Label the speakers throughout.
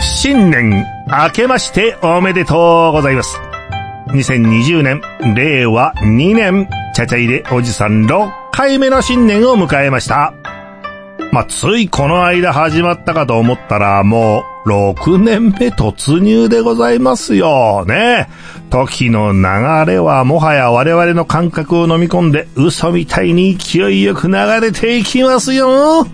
Speaker 1: 新年、明けましておめでとうございます。2020年、令和2年、チャチャ入れおじさん6回目の新年を迎えました。まあ、ついこの間始まったかと思ったら、もう、6年目突入でございますよ。ね。時の流れはもはや我々の感覚を飲み込んで、嘘みたいに勢いよく流れていきますよ。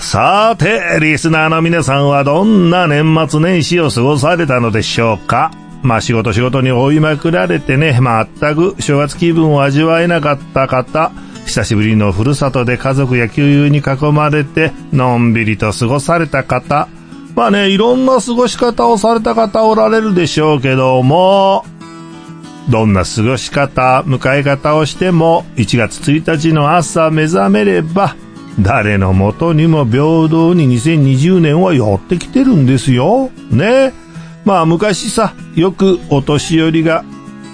Speaker 1: さて、リスナーの皆さんはどんな年末年始を過ごされたのでしょうかまあ仕事仕事に追いまくられてね、まあ全く正月気分を味わえなかった方、久しぶりのふるさとで家族や旧友に囲まれて、のんびりと過ごされた方、まあね、いろんな過ごし方をされた方おられるでしょうけども、どんな過ごし方、迎え方をしても、1月1日の朝目覚めれば、誰のもとにも平等に2020年は寄ってきてるんですよ。ね。まあ昔さ、よくお年寄りが、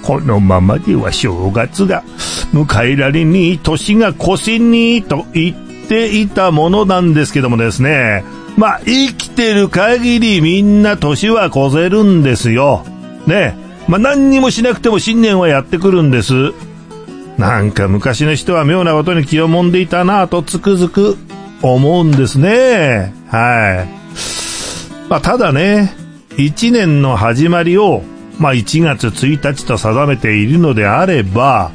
Speaker 1: このままでは正月が迎えられに、年が越しに、と言っていたものなんですけどもですね。まあ生きてる限りみんな年は越せるんですよ。ね。まあ何にもしなくても新年はやってくるんです。なんか昔の人は妙なことに気をもんでいたなぁとつくづく思うんですね。はい。まあただね、一年の始まりを、まあ1月1日と定めているのであれば、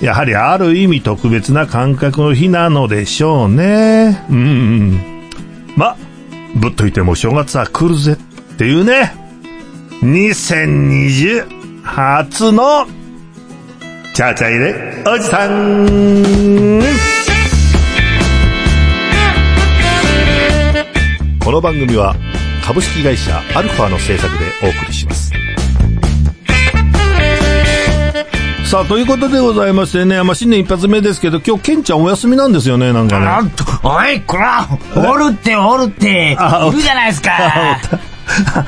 Speaker 1: やはりある意味特別な感覚の日なのでしょうね。うんうん。まあ、ぶっといても正月は来るぜっていうね。2020初のチャーチャ入れおじさん
Speaker 2: この番組は株式会社アルファの制作でお送りします。
Speaker 1: さあ、ということでございましてね、まあ、新年一発目ですけど、今日、ケンちゃんお休みなんですよね、なんか
Speaker 3: な
Speaker 1: ね。
Speaker 3: んと、おい、こら、おるっておるって、
Speaker 1: あ
Speaker 3: いるじゃないです
Speaker 1: あ
Speaker 3: か。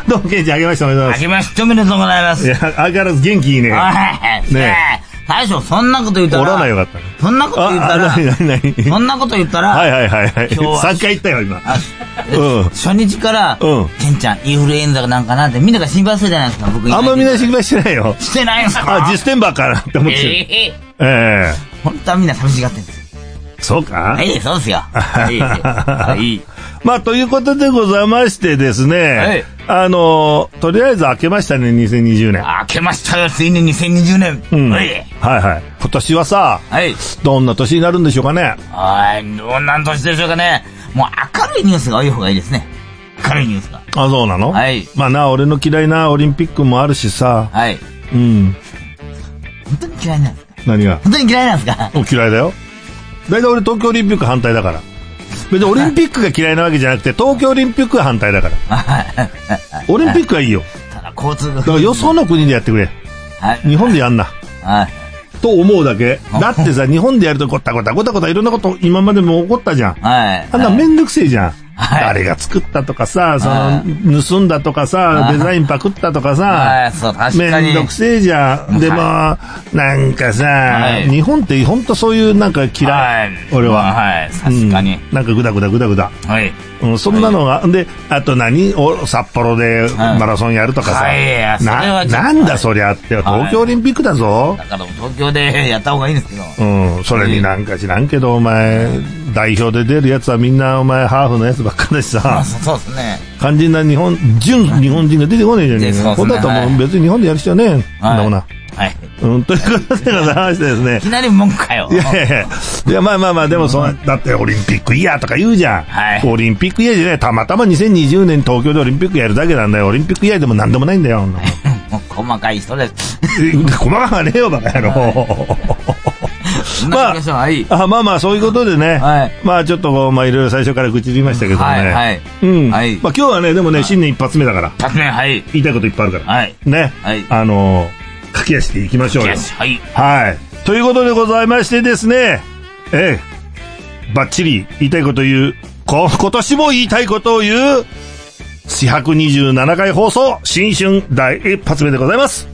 Speaker 1: あどうも、ケンちゃん、あげましておめでとうご
Speaker 3: あ
Speaker 1: ざい
Speaker 3: けましておめでとうございま
Speaker 1: ます。い
Speaker 3: す。
Speaker 1: や、相変わらず元気いいね。
Speaker 3: おい、
Speaker 1: ねえ
Speaker 3: ねえ、大将、そんなこと言った
Speaker 1: おらない
Speaker 3: ら、
Speaker 1: よかったね。
Speaker 3: そんなこと言った
Speaker 1: あ、
Speaker 3: ら
Speaker 1: な、になにな
Speaker 3: そ
Speaker 1: に
Speaker 3: んなこと言った
Speaker 1: はい
Speaker 3: ら、
Speaker 1: はいはいはい。
Speaker 3: 今日
Speaker 1: 3
Speaker 3: は
Speaker 1: 回言ったよ、今。
Speaker 3: あ
Speaker 1: うん
Speaker 3: 初日から、
Speaker 1: うん
Speaker 3: ケンちゃん、インフルエンザなんかなって、みんなが心配するじゃないですか、僕
Speaker 1: あんまみんな心配してないよ。
Speaker 3: してないんすか
Speaker 1: あ、ジステンバーかなって思ってる。
Speaker 3: ええ
Speaker 1: え
Speaker 3: 本当はみんな寂しがってるんですよ。
Speaker 1: えそうか
Speaker 3: はい、そう ですよ。はい、はい。
Speaker 1: まあ、ということでございましてですね。あの、とりあえず明けましたね、2020年。
Speaker 3: 明けましたよ、ついに2020年。
Speaker 1: うん。
Speaker 3: は
Speaker 1: はいい。はい。今年はさ、
Speaker 3: はい。
Speaker 1: どんな年になるんでしょうかね。
Speaker 3: はい、どんな年でしょうかね。もう明るいニュースが多い方がいいですね。明るいニュースが。
Speaker 1: あ、そうなの
Speaker 3: はい
Speaker 1: まあな、俺の嫌いなオリンピックもあるしさ。
Speaker 3: はい。
Speaker 1: うん。
Speaker 3: 本当に嫌いなんですか
Speaker 1: 何が
Speaker 3: 本当に嫌いなんですか
Speaker 1: お嫌いだよ。だいたい俺東京オリンピック反対だから。別にオリンピックが嫌いなわけじゃなくて、東京オリンピックは反対だから。オリンピックはいいよ。
Speaker 3: ただ交通が。
Speaker 1: だからよその国でやってくれ。
Speaker 3: はい。
Speaker 1: 日本でやんな。
Speaker 3: はい。
Speaker 1: と思うだけ。だってさ、日本でやるとゴタゴタゴタゴタいろんなこと今までも起こったじゃん。
Speaker 3: はい。
Speaker 1: あんなめんどくせえじゃん。
Speaker 3: はい
Speaker 1: 誰が作ったとかさ、そ
Speaker 3: は
Speaker 1: の、盗んだとかさ、デザインパクったとか
Speaker 3: は
Speaker 1: さ
Speaker 3: い、そう、確かに。
Speaker 1: めんどくせえじゃん。でも、なんかさ
Speaker 3: は、い
Speaker 1: 日本ってほんとそういうなんか嫌
Speaker 3: はいい。。
Speaker 1: 俺は。
Speaker 3: はい。確か
Speaker 1: う
Speaker 3: に。
Speaker 1: ん。なんかグダグダグダグダ。
Speaker 3: はい。
Speaker 1: うん、そんなのが、で、あと何お札幌で
Speaker 3: はい
Speaker 1: マラソンやるとかさ。
Speaker 3: はいいやそれ
Speaker 1: な、
Speaker 3: はちょっと
Speaker 1: なんだそりゃって、東京オリンピックだぞ。
Speaker 3: だから東京でやった方がいいんですけど。
Speaker 1: うん、それになんか知らんけど、お前、代表で出るやつはみんなお前ハーフのやつばっかだし
Speaker 3: ま
Speaker 1: さ
Speaker 3: あ、、そうですね。
Speaker 1: 肝心な日本、純日本人が出てこねえじゃねえ
Speaker 3: でそう
Speaker 1: か。
Speaker 3: です
Speaker 1: こ
Speaker 3: ね
Speaker 1: んだと
Speaker 3: は
Speaker 1: もう
Speaker 3: い
Speaker 1: 別に日本でやる必要ねえ。
Speaker 3: はい
Speaker 1: なんだもんな。
Speaker 3: はい。い
Speaker 1: うん、ということでございましてですね。
Speaker 3: きなり文句かよ
Speaker 1: い。やいやいやいや、まあまあまあ、でもその、だってオリンピックイヤーとか言うじゃん。
Speaker 3: はい
Speaker 1: オリンピックイヤーじゃない。たまたま2020年東京でオリンピックやるだけなんだよ。オリンピックイヤーでもなんでもないんだよ。
Speaker 3: もう細かい人です。
Speaker 1: え 細かくはねえよ、バカ野郎。
Speaker 3: そんな気がしますはい。
Speaker 1: あまあまあ、そういうことでね。
Speaker 3: はい
Speaker 1: まあちょっとこう、まあいろいろ最初から愚痴りましたけどね。
Speaker 3: はい。はい。
Speaker 1: うん。
Speaker 3: はい
Speaker 1: まあ今日はね、でもね、新年一発目だから、
Speaker 3: 確かに、はい。
Speaker 1: 言いたいこといっぱいあるから。
Speaker 3: はい。
Speaker 1: ね。
Speaker 3: はい
Speaker 1: あのー、駆け足でいきましょうよ
Speaker 3: よ。しはい。
Speaker 1: はい。ということでございましてですね、ええ、ばっちり言いたいこと言う、こ今年も言いたいことを言う、427回放送、新春第一発目でございます。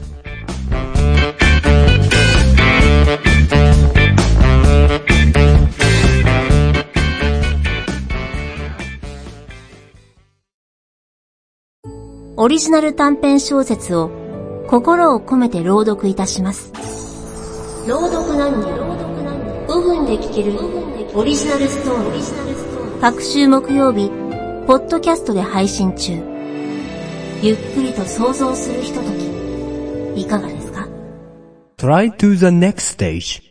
Speaker 4: オリジナル短編小説を心を込めて朗読いたします。朗読なんで5分で聞けるオリジナルストーリー。各週木曜日、ポッドキャストで配信中。ゆっくりと想像するひととき、いかがですか
Speaker 5: Try to the next stage.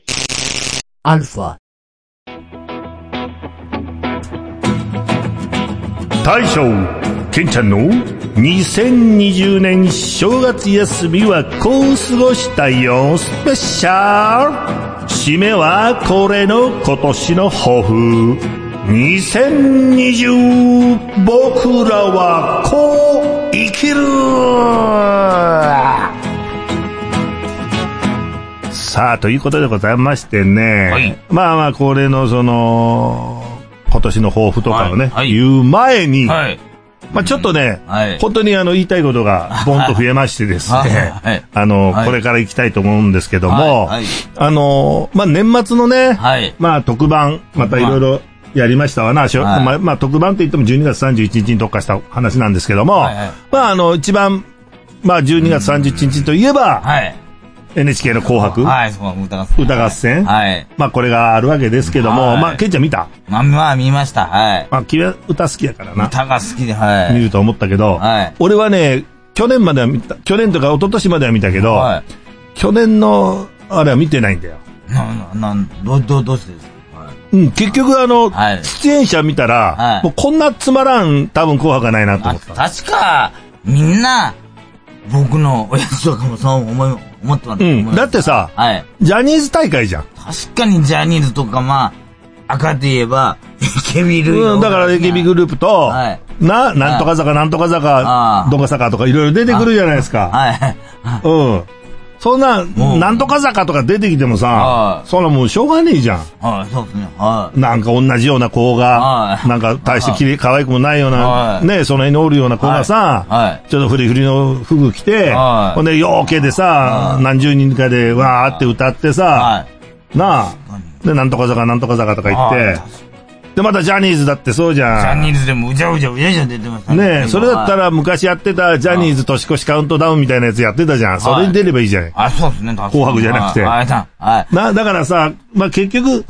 Speaker 5: Alpha.
Speaker 1: 大将ケンちゃんの2020年正月休みはこう過ごしたよスペシャル締めはこれの今年の抱負2020僕らはこう生きるさあ、ということでございましてね。
Speaker 3: はい
Speaker 1: まあまあ、これのその、今年の抱負とかをね、
Speaker 3: はいはい
Speaker 1: 言う前に、
Speaker 3: はい。
Speaker 1: まあちょっとね、
Speaker 3: はい
Speaker 1: 本当にあの言いたいこと がボンと増えましてです
Speaker 3: はい
Speaker 1: ね、
Speaker 3: はい
Speaker 1: あの、
Speaker 3: はい
Speaker 1: これから行きたいと思うんですけども、
Speaker 3: はいはい
Speaker 1: あの、まあ年末のね、
Speaker 3: はい。
Speaker 1: まあ特番、またいろいろやりましたわな、しょ
Speaker 3: はい
Speaker 1: まあまあ特番って言っても12月31日に特化した話なんですけども、
Speaker 3: はいはい
Speaker 1: まああの一番、まあ12月31日といえば、
Speaker 3: はい。
Speaker 1: NHK の紅白、
Speaker 3: はい、そう、歌合戦。
Speaker 1: 歌合戦、
Speaker 3: はい。
Speaker 1: まあこれがあるわけですけども、
Speaker 3: はい
Speaker 1: まあケンちゃん見た
Speaker 3: まあ、まあ、見ました。はい。
Speaker 1: まあ君は歌好きやからな。
Speaker 3: 歌が好きで、は
Speaker 1: 見
Speaker 3: い。
Speaker 1: ると思ったけど、
Speaker 3: はい
Speaker 1: 俺はね、去年までは見た、去年とか一昨年までは見たけど、
Speaker 3: は
Speaker 1: 去年の、あれは見てないんだよ。
Speaker 3: い。な、な、なんど、ど、どうしてですかはい。
Speaker 1: うん、結局あの、
Speaker 3: はい
Speaker 1: 出演者見たら、
Speaker 3: はい
Speaker 1: もうこんなつまらん、多分紅白がないなと
Speaker 3: あ、
Speaker 1: 思った。
Speaker 3: 確か、みんな、僕の親父とかもそう思い、思ってます。
Speaker 1: うん、だってさ、
Speaker 3: はい。
Speaker 1: ジャニーズ大会じゃん。
Speaker 3: 確かにジャニーズとか、まあ、赤で言えば、AKB 類
Speaker 1: うん、だから AKB グ
Speaker 3: ル
Speaker 1: ループと、
Speaker 3: はい
Speaker 1: な、なんとか坂、なんとか
Speaker 3: あ
Speaker 1: 坂、
Speaker 3: ー
Speaker 1: どんか坂とかいろいろ出てくるじゃないですか。
Speaker 3: はい。
Speaker 1: うん。そんな、
Speaker 3: もう
Speaker 1: なんとか坂とか出てきてもさ
Speaker 3: は、い
Speaker 1: そんなもうしょうがねえじゃん。
Speaker 3: はい、そうですね。は
Speaker 1: なんか同じような子が
Speaker 3: は、い
Speaker 1: なんか大してきれい、可愛くもないような
Speaker 3: は、い
Speaker 1: ね、その辺におるような子が
Speaker 3: は
Speaker 1: さ
Speaker 3: いは、
Speaker 1: ちょっとフリフリの服着て、
Speaker 3: はい
Speaker 1: ほんで、ようけでさ、何十人かでわーって歌って
Speaker 3: い。は
Speaker 1: さ、
Speaker 3: い。
Speaker 1: なあ、で、なんとか坂、なんとか坂とか言って
Speaker 3: は、
Speaker 1: で、またジャニーズだってそうじ
Speaker 3: ジ
Speaker 1: ゃ
Speaker 3: ャ
Speaker 1: ん。
Speaker 3: ニーズでもうじゃうじゃうじゃうじゃ出てました
Speaker 1: ねえ、それだった
Speaker 3: ら。
Speaker 1: ら昔やってたジャニーズ年越しカウントダウンみたいなやつやってたじゃん。それに出ればいいじゃない。
Speaker 3: あ、そうですね。紅
Speaker 1: 紅白じゃなくて
Speaker 3: はい。はい。
Speaker 1: な、だからさ、まあ、結局、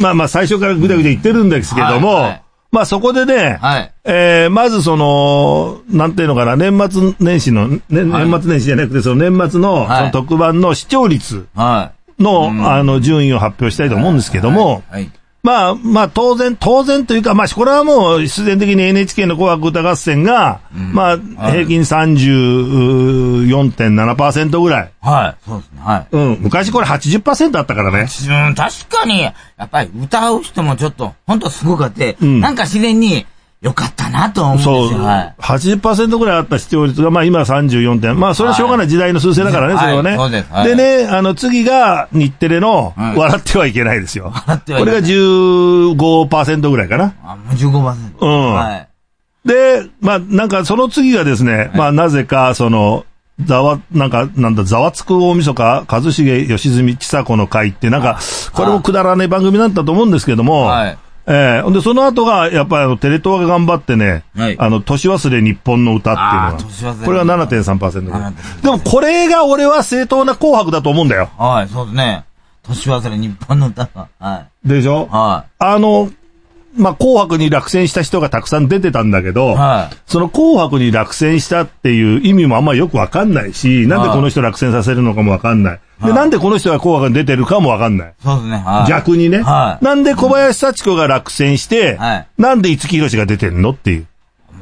Speaker 1: まあまあ最初からぐだぐだ言ってるんですけども、
Speaker 3: はいはい
Speaker 1: まあそこでね、
Speaker 3: はい
Speaker 1: えーまずその、なんていうのかな、年末年始の、ね
Speaker 3: はい
Speaker 1: 年末年始じゃなくて、その年末の,、
Speaker 3: はい
Speaker 1: その特番の視聴率
Speaker 3: は
Speaker 1: の、あの、順位を発表したいと思うんですけども、
Speaker 3: い。はい。
Speaker 1: まあ、まあ、当然、当然というか、まあ、これはもう、必然的に NHK の紅白歌合戦が、まあ、平均34.7%ぐらい。
Speaker 3: はい。そうですね。はい。
Speaker 1: うん。昔これ80%あったからね。
Speaker 3: うん、確かに、やっぱり歌う人もちょっと、ほんとすごくあって、
Speaker 1: ん
Speaker 3: なんか自然に良かったなとは思うん
Speaker 1: そう
Speaker 3: ですよ。はい。。
Speaker 1: 80%ぐらいあった視聴率が、まあ今34点。まあそれはしょうがない時代の数勢だからね、
Speaker 3: はい
Speaker 1: それはね。
Speaker 3: そうですはい
Speaker 1: でね、あの次が日テレの、
Speaker 3: はい
Speaker 1: 笑ってはいけないですよ。
Speaker 3: 笑ってはいけな
Speaker 1: これ
Speaker 3: い
Speaker 1: が15%ぐらいかな。
Speaker 3: あ、もう15%。
Speaker 1: うん
Speaker 3: はい。
Speaker 1: で、まあなんかその次がですね、まあなぜかその、ざわ、なんか、なんだ、ざわつく大晦日、一茂、吉住、ちさ子の会って、なんか、これもくだらない番組だったと思うんですけども、
Speaker 3: はい
Speaker 1: ええほんで、その後が、やっぱりあの、テレ東が頑張ってね、
Speaker 3: はい
Speaker 1: あの、年忘れ日本の歌
Speaker 3: あ
Speaker 1: っ
Speaker 3: ー
Speaker 1: ていう
Speaker 3: 年
Speaker 1: の
Speaker 3: 忘
Speaker 1: が、
Speaker 3: れ
Speaker 1: これが7.3%ぐらい。
Speaker 3: 7.3%
Speaker 1: でも、これが俺は正当な紅白だと思うんだよ。
Speaker 3: はい、そうですね。年忘れ日本の歌は。はい。
Speaker 1: でしょ
Speaker 3: は
Speaker 1: あの、まあ、紅白に落選した人がたくさん出てたんだけど、
Speaker 3: はい
Speaker 1: その紅白に落選したっていう意味もあんまよくわかんないし、なんでこの人落選させるのかもわかんない。で、なんでこの人が紅白に出てるかもわかんない。
Speaker 3: い。そうですね。はい。
Speaker 1: 逆にね、
Speaker 3: はい
Speaker 1: なんで小林幸子が落選して、
Speaker 3: はい
Speaker 1: なんで五木ひろしが出てんのっていう。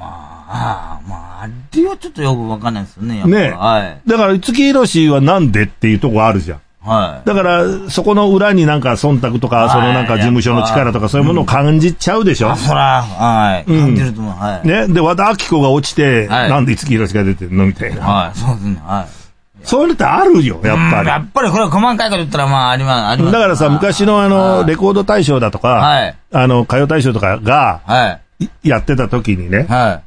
Speaker 3: ああ、まあ、あれはちょっとよくわかんないですよね。やっぱ
Speaker 1: ねえ
Speaker 3: はい。
Speaker 1: だから、五木ひろしはなんでっていうとこあるじゃん。
Speaker 3: はい。
Speaker 1: だから、そこの裏になんか忖度とか、
Speaker 3: い
Speaker 1: そのなんか事務所の力とかそういうものを感じちゃうでしょ
Speaker 3: あ、そら、はい。感じると思う。はい。
Speaker 1: ね。で、和田アキ子が落ちて、
Speaker 3: はい
Speaker 1: なんで五木ひろしが出てんのみたいな。
Speaker 3: はい、そうですね。はい。
Speaker 1: そういうのってあるよ、やっぱ
Speaker 3: うんや
Speaker 1: り。
Speaker 3: っぱりこれは細かいこと言ったら、まあ、あります、あります。
Speaker 1: だからさ、昔のあの、レコード大賞だと
Speaker 3: は
Speaker 1: か
Speaker 3: い、
Speaker 1: あの、歌謡大賞とかが、
Speaker 3: はい。
Speaker 1: いやってた時にね、
Speaker 3: は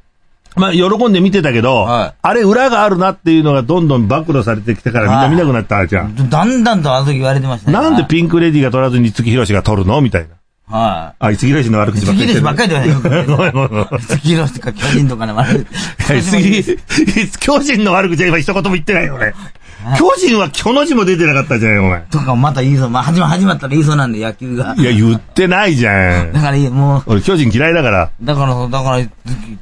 Speaker 1: まあ、喜んで見てたけど、
Speaker 3: は
Speaker 1: あ
Speaker 3: い
Speaker 1: れ裏があるなっていうのがどんどん暴露されてきてからみんな見なくなったじゃん。
Speaker 3: い。だんだんとあの時言われてましたね。
Speaker 1: なんでピンクレディーが取らずに月ひろしが取るのみたいな。
Speaker 3: は
Speaker 1: あ、杉浦氏の悪
Speaker 3: い。
Speaker 1: 口ばっか
Speaker 3: 次
Speaker 1: り
Speaker 3: の
Speaker 1: 言って
Speaker 3: 日
Speaker 1: る。
Speaker 3: ばっかりだよね。
Speaker 1: ごめんごめんごめん
Speaker 3: 次の日とか巨人とかの悪い。
Speaker 1: はい杉、巨人の悪口は今一言も言ってないよ、俺。巨人は巨の字も出てなかったじゃん、お前。
Speaker 3: とかもまた言いそう。まあ、始ま、始まったら言いそうなんで、野球が。
Speaker 1: いや、言ってないじゃん。
Speaker 3: だから、も
Speaker 1: 俺、巨人嫌いだから。
Speaker 3: う、だから、だから、ずき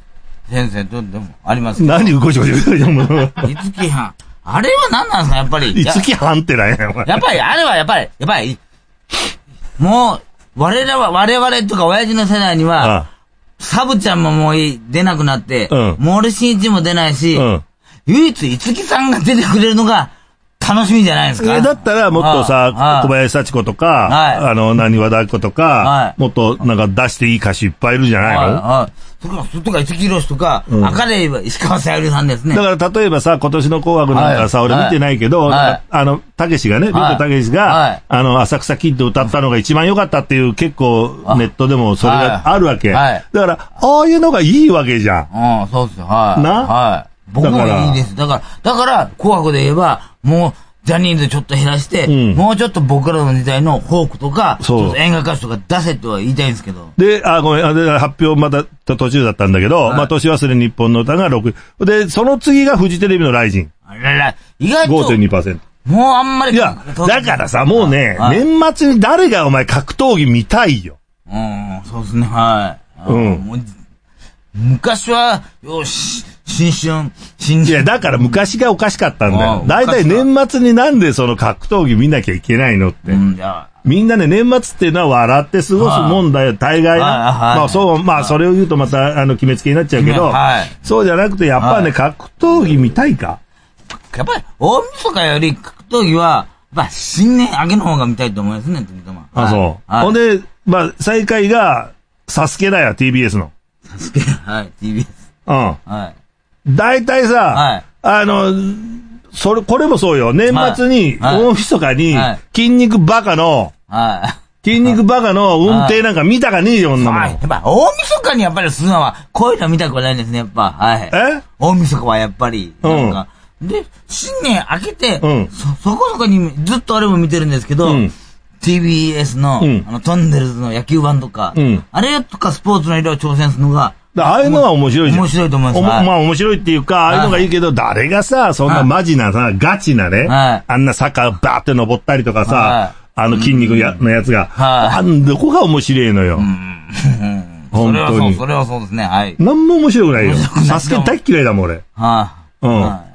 Speaker 3: 先生と、でも、ありますけど。
Speaker 1: 何ゴシゴシ言うてんのもう。
Speaker 3: いつきはん。あれは何なんですか、やっぱり。
Speaker 1: いつきはんってなんや、お前。
Speaker 3: やっぱり、あれはやっぱり、やっぱり、もう、我らは、我々とか親父の世代には、
Speaker 1: あ
Speaker 3: サブちゃんももうい出なくなって、
Speaker 1: うん
Speaker 3: モール新一も出ないし、
Speaker 1: うん。
Speaker 3: 唯一、いつきさんが出てくれるのが、楽しみじゃないですか。
Speaker 1: えだったら、もっと
Speaker 3: あ
Speaker 1: さ
Speaker 3: あ、
Speaker 1: 小林幸子と
Speaker 3: はい
Speaker 1: か、あの、何和田明子と
Speaker 3: は
Speaker 1: か、
Speaker 3: い
Speaker 1: もっとなんか出していい歌手いっぱいいるじゃないの
Speaker 3: はい、はい。とか、そとか、一木ひろしとか、
Speaker 1: ん
Speaker 3: 赤で言えば石川さゆりさんですね。
Speaker 1: だから例えばさ、今年の紅白なんかさ、
Speaker 3: はい
Speaker 1: 俺見てないけど、
Speaker 3: はい
Speaker 1: なんかあの、たけしがね、ビートたけしが、
Speaker 3: はい
Speaker 1: あの、浅草キッド歌ったのが一番良かったっていう結構
Speaker 3: あ
Speaker 1: ネットでもそれがあるわけ。
Speaker 3: はいはい
Speaker 1: だから、ああいうのがいいわけじゃん。
Speaker 3: うん、そうですよ。はい。
Speaker 1: な
Speaker 3: はい。僕もいいです。だから、だから、紅白で言えば、もう、ジャニーズちょっと減らして、
Speaker 1: うん
Speaker 3: もうちょっと僕らの時代のフォークとか、
Speaker 1: そう
Speaker 3: ちょっと演歌歌手とか出せとは言いたいんですけど。
Speaker 1: で、あ、ごめん、あで発表まだ途中だったんだけど、まあ、年忘れ日本の歌が6。で、その次がフジテレビのライジン。
Speaker 3: あらら、意外と、
Speaker 1: 5.2%。
Speaker 3: もうあんまり。
Speaker 1: いや、だからさ、もうね、
Speaker 3: はい
Speaker 1: 年末に誰がお前格闘技見たいよ。
Speaker 3: うん、そうですね、はい。
Speaker 1: うん
Speaker 3: もう昔は、よし、新春、新
Speaker 1: いや、
Speaker 3: 春。
Speaker 1: だから昔がおかしかったんだ
Speaker 3: ああ
Speaker 1: よ。大体年末になんでその格闘技見なきゃいけないのって
Speaker 3: う。ん、いや
Speaker 1: みんなね、年末っていうのは笑って過ごすもんだよ、大概な。
Speaker 3: はいはい
Speaker 1: まあそう、まあそれを言うとまた、あの、決めつけになっちゃうけど
Speaker 3: はい、
Speaker 1: そうじゃなくて、やっぱ
Speaker 3: は
Speaker 1: ね、
Speaker 3: い
Speaker 1: 格闘技見たいか。
Speaker 3: やっぱり、大晦日より格闘技は、やっぱ新年明けの方が見たいと思いますね、富玉。
Speaker 1: あ、そう。
Speaker 3: はい
Speaker 1: ほんで、まあ、最下位が、サスケだよ、TBS の。
Speaker 3: 助けはい、TBS。
Speaker 1: うん。
Speaker 3: はい。
Speaker 1: 大体
Speaker 3: は
Speaker 1: さ
Speaker 3: い、
Speaker 1: あの、それ、これもそうよ。年末に、
Speaker 3: はいはい
Speaker 1: 大晦日に
Speaker 3: はい、
Speaker 1: 筋肉バカの、
Speaker 3: はい。
Speaker 1: 筋肉バカの運転なんか見たかねえよ、女も
Speaker 3: はい。やっ
Speaker 1: ん。
Speaker 3: ぱ、大晦日にやっぱりするのは、こういうの見たくはないですね、やっぱ。はい。
Speaker 1: え
Speaker 3: 大晦日はやっぱり、なんか。で、新年明けて、
Speaker 1: うん
Speaker 3: そ、そこそこに、ずっとあれも見てるんですけど、
Speaker 1: うん
Speaker 3: TBS の、
Speaker 1: うん
Speaker 3: あの、トンネルズの野球版とか、
Speaker 1: うん
Speaker 3: あれとかスポーツの色を挑戦するのが、
Speaker 1: だからああいうのは面白いじゃん。
Speaker 3: 面白いと思います
Speaker 1: おも
Speaker 3: はい
Speaker 1: まあ面白いっていうか、ああいうのがいいけど、誰がさ、そん
Speaker 3: は
Speaker 1: ないマジなさ、ガチなね、
Speaker 3: はい
Speaker 1: あんな坂バーって登ったりとか
Speaker 3: は
Speaker 1: さ
Speaker 3: い、
Speaker 1: あの筋肉やのやつが、
Speaker 3: はい
Speaker 1: あんどこが面白いのよ。
Speaker 3: それは
Speaker 1: 本当
Speaker 3: そう、
Speaker 1: に
Speaker 3: それはそうですね、はい。はい、
Speaker 1: なんも面白くないよ
Speaker 3: 面白くない。
Speaker 1: サスケ大っ嫌いだもん、俺。うん
Speaker 3: はい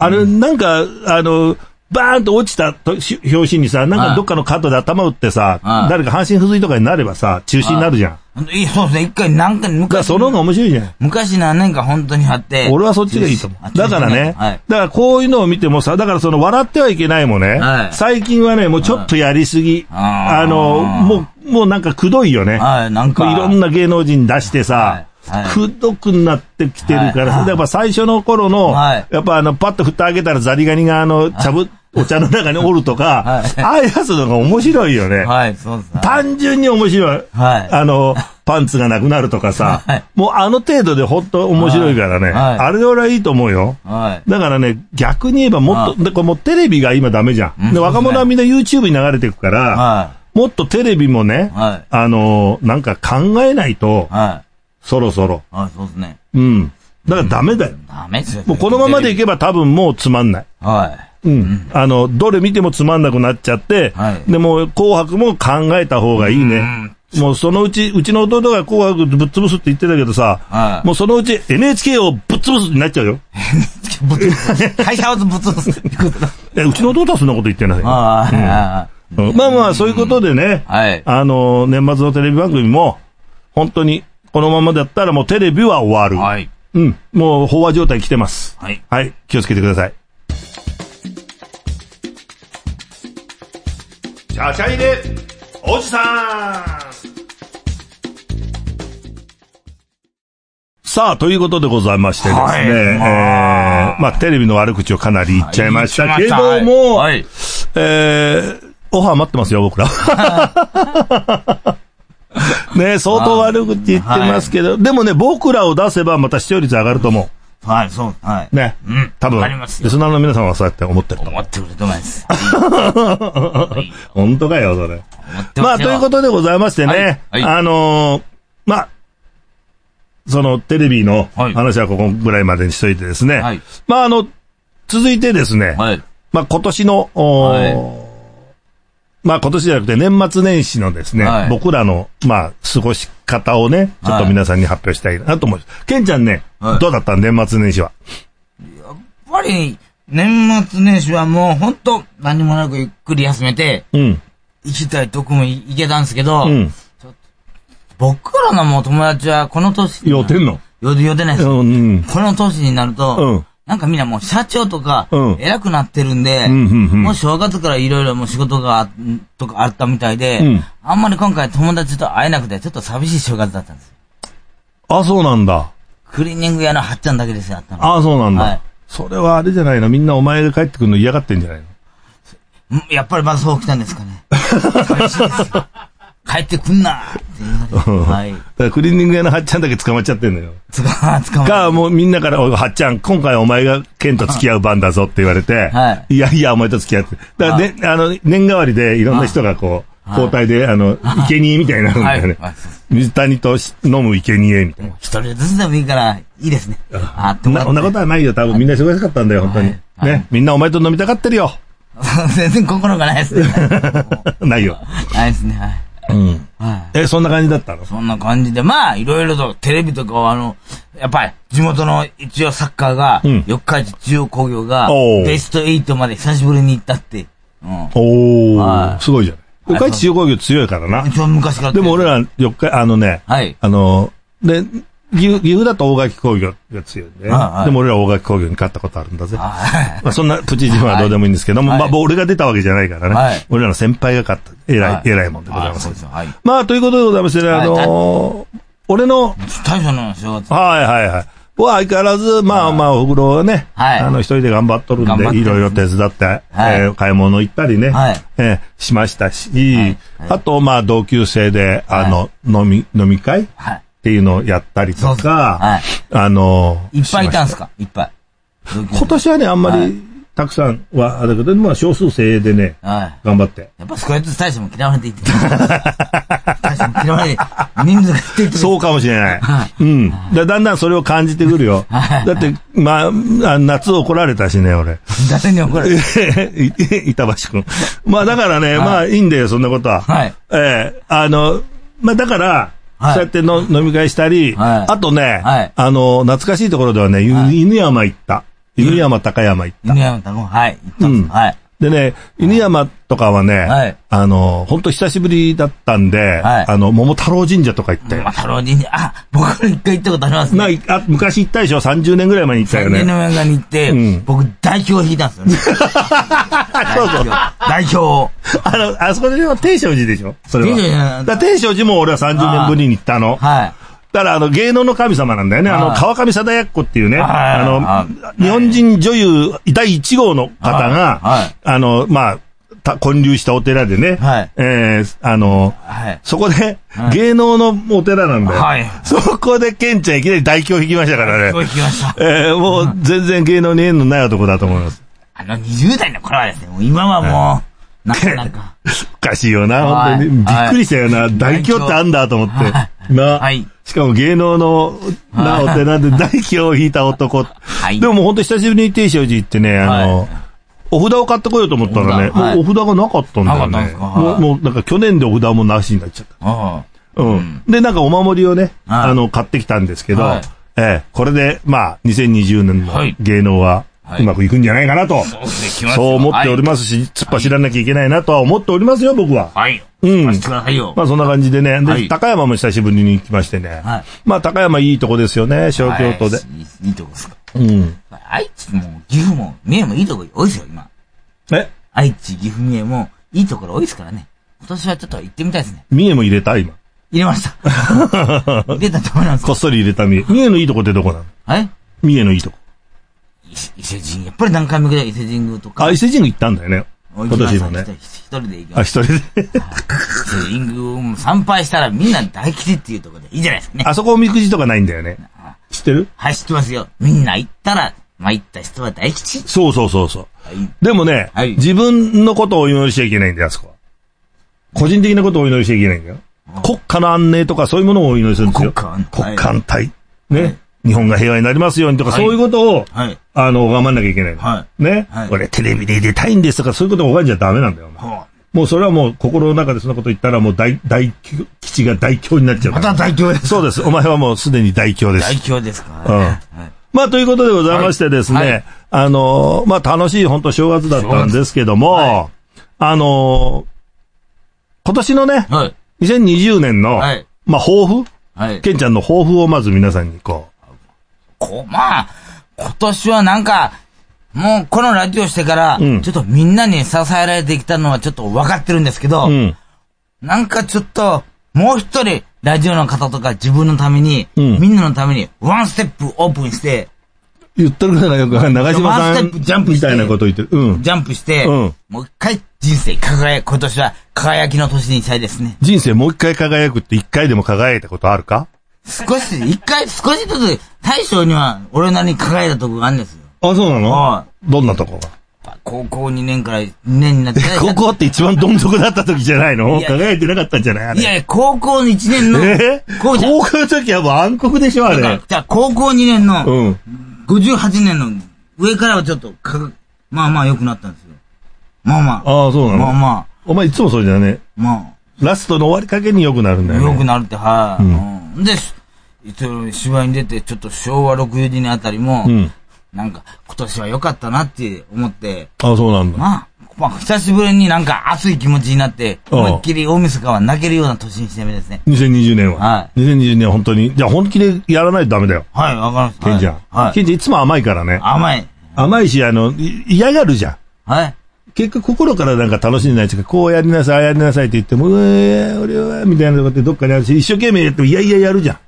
Speaker 1: あれ、なんか、あの、バーンと落ちたとし表紙にさ、なん
Speaker 3: は
Speaker 1: か
Speaker 3: い
Speaker 1: どっかの角で頭打ってさ
Speaker 3: は、い
Speaker 1: 誰か半身不随とかになればさ、中止になるじゃん。だ
Speaker 3: いや、そうですね。一回何回、
Speaker 1: から
Speaker 3: 昔、
Speaker 1: その方が面白いじゃん。
Speaker 3: 昔何年か本当にあって。
Speaker 1: 俺はそっちがいいと思
Speaker 3: あ
Speaker 1: う。だからね、
Speaker 3: はい。
Speaker 1: だからこういうのを見てもさ、だからその笑ってはいけないもね、
Speaker 3: はい
Speaker 1: 最近はね、もうちょっとやりすぎ、
Speaker 3: はい
Speaker 1: あの、もう、もうなんかくどいよね。
Speaker 3: はい、なんか。
Speaker 1: いろんな芸能人出してさ、
Speaker 3: はいはい
Speaker 1: くどくなってきてるからさ、
Speaker 3: はい
Speaker 1: やっぱ最初の頃の、
Speaker 3: はい
Speaker 1: やっぱあの、パッと蓋開けたらザリガニがあの、茶ぶ、お茶の中におるとか、
Speaker 3: はい
Speaker 1: ああいうやつのが面白いよね。
Speaker 3: はい、そうですね。
Speaker 1: 単純に面白い。
Speaker 3: はい
Speaker 1: あの、パンツがなくなるとかさ、
Speaker 3: はい
Speaker 1: もうあの程度でほんと面白いからね、
Speaker 3: はい
Speaker 1: あれ俺はいいと思うよ。
Speaker 3: はい。
Speaker 1: だからね、逆に言えばもっと、でこれもうテレビが今ダメじゃ
Speaker 3: うん
Speaker 1: ん。で、若者はみんな YouTube に流れていくから、
Speaker 3: は
Speaker 1: もっとテレビもね、
Speaker 3: はい
Speaker 1: あのーなんか考えないと
Speaker 3: い。、は
Speaker 1: そろそろ。
Speaker 3: い。はい、そうですね。
Speaker 1: うん。だからダメだよ。
Speaker 3: ダメですよ。
Speaker 1: もうこのままでいけば多分もうつまんない。
Speaker 3: は
Speaker 1: うん。あの、どれ見てもつまんなくなっちゃって、
Speaker 3: はい
Speaker 1: でもう紅白も考えた方がいいね。もうそのうち、うちの弟が紅白ぶっ潰すって言ってたけどさ、
Speaker 3: はい
Speaker 1: もうそのうち NHK をぶっ潰すになっちゃうよ。
Speaker 3: い。ぶつ、会社をぶつぶつってことだ。
Speaker 1: えうちの弟はそんなこと言ってない。
Speaker 3: は
Speaker 1: うんまあまあ、そういうことでね、
Speaker 3: はい
Speaker 1: あの、年末のテレビ番組も、本当に、このままだったらもうテレビは終わる。
Speaker 3: い。はい。
Speaker 1: うん。もう飽和状態来てます。
Speaker 3: はい。
Speaker 1: はい。気をつけてください。チャチャイで、おじさんさあ、ということでございましてですね、
Speaker 3: はい
Speaker 1: えーまあ、テレビの悪口をかなり言っちゃいましたけども、
Speaker 3: はい。
Speaker 1: えー、オファー待ってますよ、 僕ら。ね相当悪口言ってますけど、でもね、僕らを出せばまた視聴率上がると思
Speaker 3: はい、そう。は
Speaker 1: う。
Speaker 3: い。
Speaker 1: ね。
Speaker 3: うん。
Speaker 1: 多分、
Speaker 3: あります
Speaker 1: リスナーの皆さんはそうやって思ってると思
Speaker 3: 思ってくれると思います。
Speaker 1: う。本当かよ、それ。
Speaker 3: 思ってで
Speaker 1: ま
Speaker 3: は
Speaker 1: あ、ということでございましてね、
Speaker 3: はいはい
Speaker 1: あのーまあ、そのテレビの
Speaker 3: はい
Speaker 1: 話はここぐらいまでにしといてですね、
Speaker 3: はい
Speaker 1: まあ、あの、続いてですね、
Speaker 3: はい。
Speaker 1: まあ、今年の、おー
Speaker 3: は
Speaker 1: まあ、今年じゃなくて年末年始のですね、
Speaker 3: はい
Speaker 1: 僕らの、まあ、過ごし方をね、ちょっと皆さんに発表したいなと思います。ケンちゃんね、
Speaker 3: はい
Speaker 1: どうだった年末年始は。
Speaker 3: やっぱり、年末年始はもうほんと何もなくゆっくり休めて、
Speaker 1: うん。
Speaker 3: 行きたいとこも行けたんですけど、
Speaker 1: うん。
Speaker 3: 僕らのもう友達はこの年に、
Speaker 1: 酔ってんの
Speaker 3: よでよでないです。
Speaker 1: うん。うん。
Speaker 3: この年になると、
Speaker 1: うん
Speaker 3: なんかみんなもう社長とか
Speaker 1: うん、
Speaker 3: 偉くなってるんで、
Speaker 1: うんうんうん
Speaker 3: もう正月からいろいろもう仕事が、んとかあったみたいで、
Speaker 1: うん
Speaker 3: あんまり今回友達と会えなくて、ちょっと寂しい正月だったんですよ。
Speaker 1: あ、そうなんだ。
Speaker 3: クリーニング屋のはっちゃんだけですよ、あったの。
Speaker 1: ああ、そうなんだ。
Speaker 3: はい
Speaker 1: それはあれじゃないの。みんなお前が帰ってくるの嫌がってんじゃないの
Speaker 3: んやっぱりまだそう来たんですかね。 寂しいですよ帰ってくんなって言われてはい。
Speaker 1: だからクリーニング屋のはっちゃんだけ捕まっちゃってんのよ。
Speaker 3: つか、つかま
Speaker 1: が、もうみんなから、おいはっちゃん、今回お前がケンと付き合う番だぞって言われて、、
Speaker 3: はい
Speaker 1: やいや、お前と付き合って。だから、ね、あの、年替わりでいろんな人がこう、交代で、あの、生贄みたいになるんだよね。
Speaker 3: はいはいそうそ
Speaker 1: 水谷とし飲む生贄みたいな。
Speaker 3: 一人ずつでもいいから、いいですね。あってもら
Speaker 1: なそ
Speaker 3: って
Speaker 1: んなことはないよ。多分みんな忙しかったんだよ、本当に。
Speaker 3: はいはい
Speaker 1: ね。みんなお前と飲みたがってるよ。
Speaker 3: 全然心がないですね。
Speaker 1: ないよ。
Speaker 3: ないですね、はい。
Speaker 1: うん。
Speaker 3: はい。
Speaker 1: え、そんな感じだったの
Speaker 3: そんな感じで、まあ、いろいろとテレビとかは、あの、やっぱり、地元の一応サッカーが、
Speaker 1: うん
Speaker 3: 四日市中央工業が、
Speaker 1: おー
Speaker 3: ベスト8まで久しぶりに行ったって。うん。
Speaker 1: お
Speaker 3: は
Speaker 1: ー、
Speaker 3: い
Speaker 1: すごいじゃない。
Speaker 3: はい
Speaker 1: 岡市中央工業強いからな。
Speaker 3: 一応昔から。
Speaker 1: でも俺、ら、4日、あのね、
Speaker 3: はい。
Speaker 1: あの、で、岐阜岐阜だと大垣工業が強いんで、
Speaker 3: はいはい
Speaker 1: でも俺ら大垣工業に勝ったことあるんだぜ。
Speaker 3: はい。
Speaker 1: まあ、そんなプチ自慢はどうでもいいんですけども、
Speaker 3: はい
Speaker 1: まあ、俺が出たわけじゃないからね。
Speaker 3: はい
Speaker 1: 俺らの先輩が勝った。偉い、
Speaker 3: はい
Speaker 1: 偉いもんでございま
Speaker 3: あ
Speaker 1: す
Speaker 3: そう。ですよ。はい。
Speaker 1: まあ、ということでございましてね、あのー俺の、
Speaker 3: 大将の正月。
Speaker 1: はいはいはい。僕は相変わらず、まあまあ、お風呂はね、
Speaker 3: はい
Speaker 1: あの、一人で頑張っとるん
Speaker 3: 頑張っ
Speaker 1: で、
Speaker 3: てる
Speaker 1: いろいろ手伝って、
Speaker 3: はい
Speaker 1: えー買い物行ったりね、
Speaker 3: はい
Speaker 1: えーしましたし、
Speaker 3: はい
Speaker 1: あと、まあ、同級生で、あの、飲み、飲み会っ
Speaker 3: はい。
Speaker 1: ていうのをやったりと
Speaker 3: そうそう
Speaker 1: か、
Speaker 3: はい
Speaker 1: あの、
Speaker 3: いっぱいいたん
Speaker 1: し
Speaker 3: すかいっぱい。
Speaker 1: ました今年はね、あんまり、たくさんは、あれだけど、まあ、少数精鋭でね、
Speaker 3: はい。
Speaker 1: 頑張って。
Speaker 3: やっぱ少しずつ大将も嫌われていってた。大将も嫌われて、人数が減っていってる
Speaker 1: そうかもしれない。うん。だだんだんそれを感じてくるよ。だって、まああ、夏怒られたしね、俺。
Speaker 3: 誰に怒られ
Speaker 1: え
Speaker 3: る
Speaker 1: へ へ板橋くん。まあだからね、まあいいんだよ、そんなことは。
Speaker 3: はい
Speaker 1: ええあの、まあだから、
Speaker 3: はい
Speaker 1: そうやっての飲み会したり、
Speaker 3: はい
Speaker 1: あとね、
Speaker 3: はい
Speaker 1: あの、懐かしいところではね、ゆ
Speaker 3: はい
Speaker 1: 犬山行った。犬山高山行った。
Speaker 3: 犬山太郎。はい。行ったん
Speaker 1: うん
Speaker 3: です。はい。
Speaker 1: でね、犬山とかはね、
Speaker 3: はい
Speaker 1: あの、本当久しぶりだったんで、
Speaker 3: はい
Speaker 1: あの、桃太郎神社とか行ったよ。
Speaker 3: まあ、太郎神社、あ、僕ら一回行ったことありますね。
Speaker 1: なあ昔行ったでしょ ?30 年ぐらい前に行ったよ
Speaker 3: 天
Speaker 1: ね。
Speaker 3: の山に行って、
Speaker 1: うん
Speaker 3: 僕、代表を引いたんですよ ね。
Speaker 1: そうそう。
Speaker 3: 代表を。
Speaker 1: あの、あそこでは天正寺でしょそれは。
Speaker 3: 天正寺なんだ
Speaker 1: だから天正寺も俺は30年ぶりに行ったの。
Speaker 3: は
Speaker 1: だから、あの、芸能の神様なんだよね。あの、
Speaker 3: はい
Speaker 1: 川上貞奴っていうね、
Speaker 3: はい
Speaker 1: あ
Speaker 3: は
Speaker 1: の、日本人女優第1号の方
Speaker 3: はいは
Speaker 1: が
Speaker 3: い、
Speaker 1: あの、まあ、た建立したお寺でね
Speaker 3: はい、
Speaker 1: えーあの
Speaker 3: い。、はい。
Speaker 1: そこで、芸能のお寺なんだよ。
Speaker 3: はい
Speaker 1: そこで、ケンちゃんいきなり大凶引きましたから
Speaker 3: すごい
Speaker 1: ね。
Speaker 3: 聞きました。
Speaker 1: えーもう、全然芸能に縁のない男だと思います。
Speaker 3: あの、20代の頃はですね、もう今はもう、なかな か。
Speaker 1: おかしいよな、
Speaker 3: はい
Speaker 1: 本当に。びっくりしたよな。大凶ってあんだと思って。な、
Speaker 3: はい
Speaker 1: しかも芸能の、な、お寺で大凶を引いた男。
Speaker 3: い
Speaker 1: でも本当久しぶりに定正寺行ってね、あの、
Speaker 3: はい
Speaker 1: お札を買ってこようと思ったらね、
Speaker 3: お札はい
Speaker 1: もうお札がなかったんだよ
Speaker 3: なかったん
Speaker 1: ね
Speaker 3: で。すか
Speaker 1: も
Speaker 3: は
Speaker 1: う、
Speaker 3: い
Speaker 1: もうなんか去年でお札もなしになっちゃっ
Speaker 3: う
Speaker 1: た。
Speaker 3: ん。
Speaker 1: うん。で、なんかお守りをね、
Speaker 3: はい
Speaker 1: あの、買ってきたんですけど、
Speaker 3: はい
Speaker 1: ええ、これで、まあ、2020年の
Speaker 3: はい
Speaker 1: 芸能は、
Speaker 3: はいう
Speaker 1: まくいくんじゃないかなと、
Speaker 3: そうですね、来ました
Speaker 1: そう思っており
Speaker 3: す。
Speaker 1: ますし、突っ走らなきゃいけないなとは思っておりますよ、僕は。
Speaker 3: はい。
Speaker 1: うん
Speaker 3: 貸してくださいよ。
Speaker 1: まあそんな感じでね。で、
Speaker 3: はい
Speaker 1: 高山も久しぶりに行きましてね。
Speaker 3: はい
Speaker 1: まあ高山いいとこですよね、小京都で。
Speaker 3: はいいいいいとこですか。
Speaker 1: うん。
Speaker 3: 愛知も、岐阜も、三重もいいとこ多いですよ、今。
Speaker 1: え
Speaker 3: 愛知、岐阜、三重も、いいところ多いですからね。今年はちょっと行ってみたいですね。
Speaker 1: 三重も入れた今。
Speaker 3: 入れました。 入れたと思います
Speaker 1: こっそり入れた三重。三重のいいとこってどこなの
Speaker 3: はい
Speaker 1: 三重のいいとこ。
Speaker 3: 伊勢伊勢神宮。やっぱり何回も行くらい伊勢神宮とか。
Speaker 1: あ、伊勢神宮行ったんだよね。
Speaker 3: お
Speaker 1: 今年も
Speaker 3: 行
Speaker 1: ね
Speaker 3: き。ました一人で行き
Speaker 1: あ、
Speaker 3: まし
Speaker 1: 一人で。
Speaker 3: た。伊勢神宮を参拝したらみんな大吉っていうところでいいじゃないですかね。
Speaker 1: あそこおみくじとかないんだよね。知ってる
Speaker 3: はい、知ってますよ。みんな行ったら、まあ、行った人は大吉。
Speaker 1: そうそうそうそう。
Speaker 3: はい。
Speaker 1: でもね
Speaker 3: はい、
Speaker 1: 自分のことをお祈りしちゃいけないんだよ、あそこは。個人的なことをお祈りしちゃいけないんだよ。国家の安寧とかそういうものをお祈りするんですよ。
Speaker 3: 国家安泰
Speaker 1: 国家安泰。ね、日本が平和になりますようにとか、
Speaker 3: はい
Speaker 1: そういうことを、
Speaker 3: はい
Speaker 1: あの、拝んなきゃいけないの。
Speaker 3: は
Speaker 1: ね、
Speaker 3: はい
Speaker 1: 俺テレビで出たいんですとか、そういうことを拝んじゃダメなんだよ、お前
Speaker 3: は
Speaker 1: もうそれはもう心の中でそんなこと言ったらもう大、大凶、基地が大凶になっちゃう。
Speaker 3: また大凶です
Speaker 1: そうです。お前はもうすでに大凶で
Speaker 3: あ
Speaker 1: す
Speaker 3: 大。凶ですか
Speaker 1: うん
Speaker 3: はい
Speaker 1: まあ、ということでございましてですね、
Speaker 3: はいはい
Speaker 1: あのーまあ、楽しい本当正月だったんですけども、
Speaker 3: は
Speaker 1: あのー今年のね、
Speaker 3: はい。
Speaker 1: 2020年の、
Speaker 3: はい
Speaker 1: まあ、抱負
Speaker 3: はい。
Speaker 1: ケンちゃんの抱負をまず皆さんにこ
Speaker 3: こう、まあ、今年はなんか、もうこのラジオしてから、
Speaker 1: うん
Speaker 3: ちょっとみんなに支えられてきたのはちょっと分かってるんですけど、
Speaker 1: う、うん、
Speaker 3: なんかちょっと、もう一人、ラジオの方とか自分のために、
Speaker 1: うん
Speaker 3: みんなのために、ワンステップオープンして、
Speaker 1: 言ってるからよくわかんない長
Speaker 3: ワ
Speaker 1: 島
Speaker 3: ン
Speaker 1: さ
Speaker 3: ス
Speaker 1: ん
Speaker 3: テップジャンプ
Speaker 1: み
Speaker 3: して
Speaker 1: たいなこと言ってる。うん。
Speaker 3: ジャンプして、
Speaker 1: うん
Speaker 3: もう一回人生輝く、今年は輝きの年にしたいですね。
Speaker 1: 人生もう一回輝くって一回でも輝いたことあるか
Speaker 3: 少し、一回少しずつ、大将には俺なりに輝いたとこがあるんですよ。
Speaker 1: あ、そうなの
Speaker 3: は
Speaker 1: どんなとこが、
Speaker 3: 高校2年から2年になって
Speaker 1: 高校って一番どん底だった時じゃないの
Speaker 3: いや
Speaker 1: 輝いてなかったんじゃないあれ
Speaker 3: いやいや、高校の1年の、
Speaker 1: え
Speaker 3: こうじゃん
Speaker 1: 高校の時はもう暗黒でしょ、あ
Speaker 3: だから
Speaker 1: れ。
Speaker 3: じゃあ高校2年の、
Speaker 1: うん。
Speaker 3: 58年の、上からはちょっとかか、まあまあ良くなったんですよ。まあまあ。
Speaker 1: ああ、そうなの。
Speaker 3: まあまあ。
Speaker 1: お前いつもそうじゃね。
Speaker 3: ま
Speaker 1: ラストの終わりかけに良くなるんだ
Speaker 3: あ、
Speaker 1: よね。
Speaker 3: 良くなるって、はい。うんで、し一応芝居に出て、ちょっと昭和62年あたりも、
Speaker 1: うん。
Speaker 3: なんか、今年は良かったなって思って、
Speaker 1: ああ、そうなんだ。
Speaker 3: まあ、まあ、久しぶりになんか熱い気持ちになって、
Speaker 1: うん
Speaker 3: 思いっきり大晦日は泣けるような年にしてみですね。
Speaker 1: 2020年は。
Speaker 3: は
Speaker 1: 2020年は本当に。じゃあ本気でやらないとダメだよ。
Speaker 3: はい、わかりました。
Speaker 1: ケンちゃん。
Speaker 3: は
Speaker 1: ケ
Speaker 3: い。
Speaker 1: ンちゃんいつも甘いからね。
Speaker 3: 甘い。
Speaker 1: 甘いし、あの、い嫌がるじゃん。
Speaker 3: はい。
Speaker 1: 結局心からなんか楽しんでないですか、こうやりなさい、ああやりなさいって言っても、うえー、俺は、みたいなとこってどっかにあるし、一生懸命やっても、いやいややるじゃん。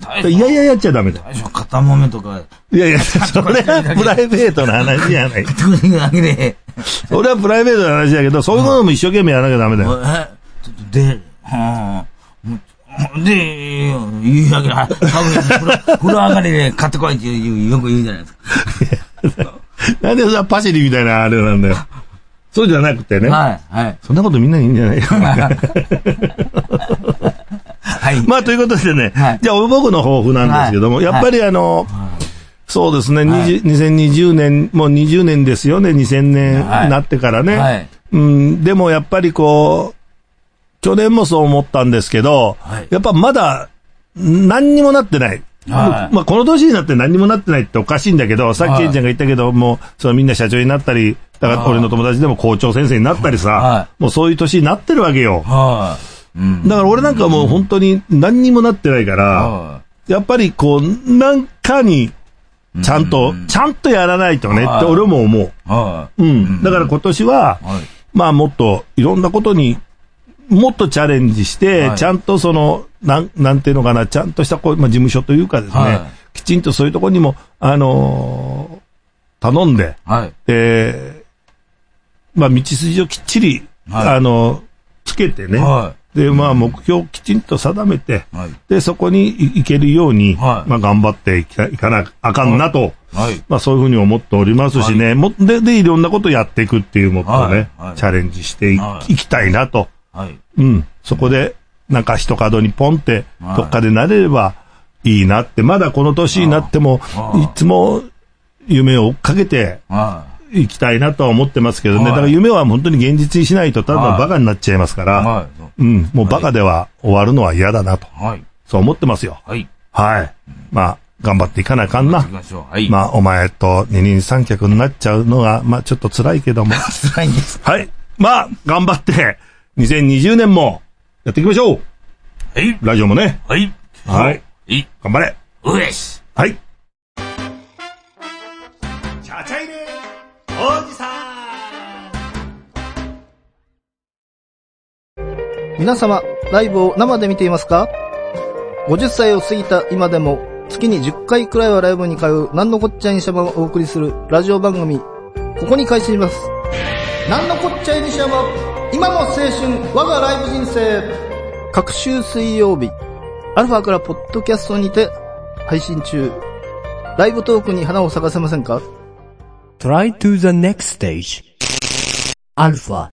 Speaker 3: 大
Speaker 1: いやいややっちゃダメだ。
Speaker 3: 最初、肩揉めとか、
Speaker 1: いやいや、それはプライベートな話じゃない。
Speaker 3: というわ けで、
Speaker 1: それはプライベートな話だけど、そういうことも一生懸命やらなきゃダメだよ。
Speaker 3: え、ちょっとで、はあ、で、言うわけだ。多分、風呂上がりで買ってこいっていう、よく言うじゃないですか。
Speaker 1: なんでさ、パシリみたいなあれなんだよ。そうじゃなくてね。
Speaker 3: はい、はい。
Speaker 1: そんなことみんなにいいんじゃないよ。
Speaker 3: はい。
Speaker 1: まあ、ということでね、
Speaker 3: はい
Speaker 1: じゃあ僕の抱負なんですけども、
Speaker 3: はい
Speaker 1: やっぱりあの、そうですね、20 2020年、もう20年ですよね、2000年に
Speaker 3: はい
Speaker 1: なってからね。
Speaker 3: はい
Speaker 1: うん、でもやっぱりこう、去年もそう思ったんですけど、
Speaker 3: はい
Speaker 1: やっぱまだ、何にもなってない。
Speaker 3: はい
Speaker 1: まあ、この年になって何にもなってないっておかしいんだけど、さっ
Speaker 3: は
Speaker 1: き
Speaker 3: い
Speaker 1: ケンちゃんが言ったけど、もう、そのみんな社長になったり、だから俺の友達でも校長先生になったりさ、
Speaker 3: は
Speaker 1: もうそういう年になってるわけよ。
Speaker 3: はい。うん。
Speaker 1: だから俺なんかもう本当に何にもなってないから、
Speaker 3: は
Speaker 1: やっぱりこう、なんかに、ちゃんと、ちゃんとやらないとねって俺も思
Speaker 3: い。は
Speaker 1: う。うん。だから今年は、
Speaker 3: い。はい。
Speaker 1: まあもっといろんなことに、もっとチャレンジして
Speaker 3: は、い
Speaker 1: ちゃんとその、なん、なんていうのかな、ちゃんとしたこう、まあ事務所というかですね
Speaker 3: はい、
Speaker 1: きちんとそういうところにも、あのー頼んで、
Speaker 3: はい。
Speaker 1: で、まあ道筋をきっちり、
Speaker 3: はい
Speaker 1: あの、つけてね、
Speaker 3: は
Speaker 1: で、まあ、目標をきちんと定めて、
Speaker 3: い。はい。
Speaker 1: で、そこに行けるように、
Speaker 3: はい
Speaker 1: まあ、頑張っていかいかなあかんなと、
Speaker 3: はい。
Speaker 1: まあ、そういうふうに思っておりますしね、もで、で、いろんなことやっていくっていうもっとね、
Speaker 3: はいはい
Speaker 1: チャレンジしてい,、
Speaker 3: はい
Speaker 1: きたいなと。
Speaker 3: はい。
Speaker 1: うん。そこで、なんか一角にポンって、
Speaker 3: はい
Speaker 1: どっかでなれればいいなって、まだこの年になっても、
Speaker 3: はい
Speaker 1: いつも夢を追っかけて、
Speaker 3: はい
Speaker 1: きたいなとは思ってますけどね。
Speaker 3: はい
Speaker 1: だから夢は本当に現実にしないと、ただのバカになっちゃいますから。
Speaker 3: い。はい。
Speaker 1: うん、もうバカでは終わるのは嫌だなと、
Speaker 3: はい。
Speaker 1: そう思ってますよ。
Speaker 3: はい。
Speaker 1: はい。まあ、頑張っていかなあかん
Speaker 3: 行
Speaker 1: な
Speaker 3: き。ましょう。はい。
Speaker 1: まあ、お前と二人三脚になっちゃうのが、まあ、ちょっと辛いけども。
Speaker 3: あ、辛いんです。
Speaker 1: はい。まあ、頑張って、2020年も、やっていきましょう
Speaker 3: はい。
Speaker 1: ラジオもね。
Speaker 3: はい。
Speaker 1: はい。
Speaker 3: はい。
Speaker 1: 頑張れ
Speaker 3: うえし。
Speaker 1: はい。チャチャイレおじさん
Speaker 6: 皆様、ライブを生で見ていますか ?50 歳を過ぎた今でも、月に10回くらいはライブに通う、なんのこっちゃいにしゃばをお送りするラジオ番組、ここに開始します。なんのこっちゃいにしゃば、今の青春、我がライブ人生。各週水曜日、アルファからポッドキャストにて配信中。ライブトークに花を咲かせませんか
Speaker 5: Try to the next stage. Alpha.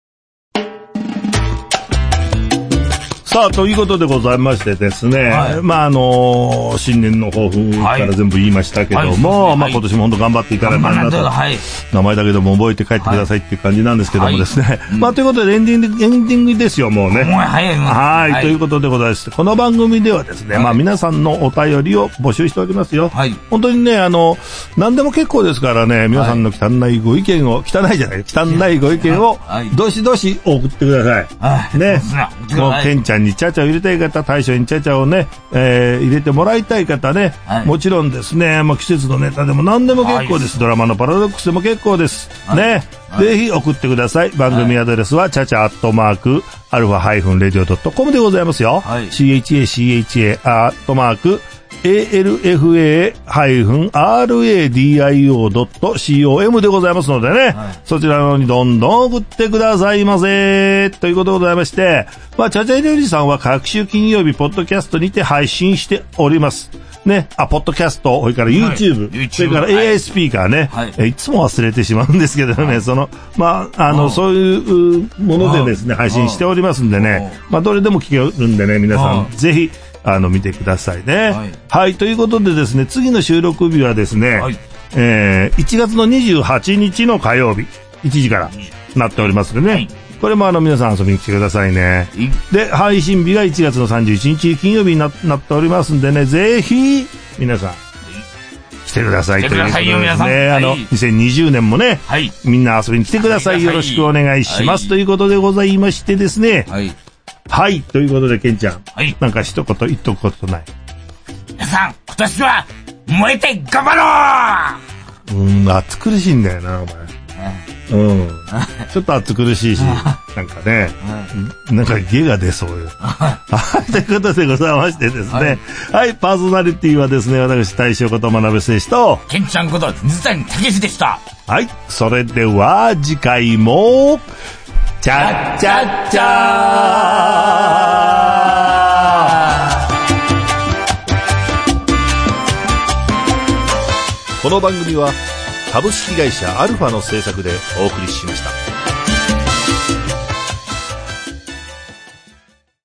Speaker 1: さあ、ということでございましてですね、
Speaker 3: はい
Speaker 1: まあ、あのー新年の抱負から全部言いましたけども、
Speaker 3: はいはい
Speaker 1: まあ、今年も本当頑張っていかないと
Speaker 3: 頑張らな
Speaker 1: ない
Speaker 3: と
Speaker 1: と、
Speaker 3: はい。
Speaker 1: 名前だけでも覚えて帰ってくださいっていう感じなんですけどもですね、まあ、ということでエンディング、エンディングですよ、もうね。
Speaker 3: もう早いもん
Speaker 1: はい、ということでございまして、この番組ではですね、まあ皆さんのお便りを募集しておりますよ。
Speaker 3: はい
Speaker 1: 本当にね、あの、何でも結構ですからね、皆さんの汚いご意見を、汚いじゃない、汚いご意見を
Speaker 3: はい、
Speaker 1: どしどし送ってください。
Speaker 3: はい
Speaker 1: ね
Speaker 3: そうです、ね
Speaker 1: もうケンちゃんにチャチャを入れたい方、大将にチャチャをね、えー入れてもらいたい方ね、
Speaker 3: はい
Speaker 1: もちろんですね、まあ季節のネタでも何でも結構です。ドラマのパラドックスでも結構です。
Speaker 3: はい
Speaker 1: ね、
Speaker 3: はい
Speaker 1: ぜひ送ってください。番組アドレスは、チャチャアットマーク、アルファハイフンレディオドットコムでございますよ。
Speaker 3: はい
Speaker 1: CHACHA アットマーク、alfa-radio.com でございますのでね、
Speaker 3: はい
Speaker 1: そちらの方にどんどん送ってくださいませ。ということでございまして、まあ、チャチャイ料理さんは各週金曜日、ポッドキャストにて配信しております。ね、あ、ポッドキャスト、それから YouTube、
Speaker 3: YouTube
Speaker 1: それから
Speaker 3: はい
Speaker 1: AI スピーカーね、
Speaker 3: はい
Speaker 1: えいつも忘れてしまうんですけどね、その、まあ、あ
Speaker 3: う
Speaker 1: の、
Speaker 3: ん
Speaker 1: そういううものでですね、
Speaker 3: うん
Speaker 1: 配信しておりますんでね、まあ、どれでも聞けるんでね、皆さん、
Speaker 3: うん
Speaker 1: ぜひ、あの、見てくださいね。は
Speaker 3: はいい、
Speaker 1: ということでですね、次の収録日はですね、
Speaker 3: はい
Speaker 1: えー1月の28日の火曜日、1時からなっておりますのでね、
Speaker 3: はい
Speaker 1: これもあの、皆さん遊びに来てくださいね。
Speaker 3: い
Speaker 1: で、配信日が1月の31日金曜日にななっておりますんでね、ぜひ、皆さん、来てください
Speaker 3: 来
Speaker 1: と
Speaker 3: て
Speaker 1: いう
Speaker 3: く
Speaker 1: ことで
Speaker 3: ださいよ
Speaker 1: すね。
Speaker 3: 皆さん
Speaker 1: あの、
Speaker 3: はい
Speaker 1: 2020年もね、
Speaker 3: はい。
Speaker 1: みんな遊びに来てくださ
Speaker 3: 来
Speaker 1: い。
Speaker 3: て
Speaker 1: よ
Speaker 3: ください
Speaker 1: ろしくお願いします。
Speaker 3: はい
Speaker 1: ということでございましてですね。
Speaker 3: はい。
Speaker 1: はい。ということで、ケンちゃん。
Speaker 3: はい。
Speaker 1: なんか一言言っとくことない。
Speaker 3: 皆さん、今年は、燃えて頑張
Speaker 1: うーん、暑苦しいんだよな、お前。うん。ちょっと暑苦 しいし、なんかね、なんかゲが出そう よ。はい。ということでございましてですね。は
Speaker 3: はいい、
Speaker 1: パーソナリティはですね、私、大将こと学選手と、
Speaker 3: ろうケンちゃんこと、水谷武史でした。
Speaker 1: はい。それでは、次回も、チャッチャッチャー
Speaker 2: この番組は株式会社アルファの制作でお送りしました。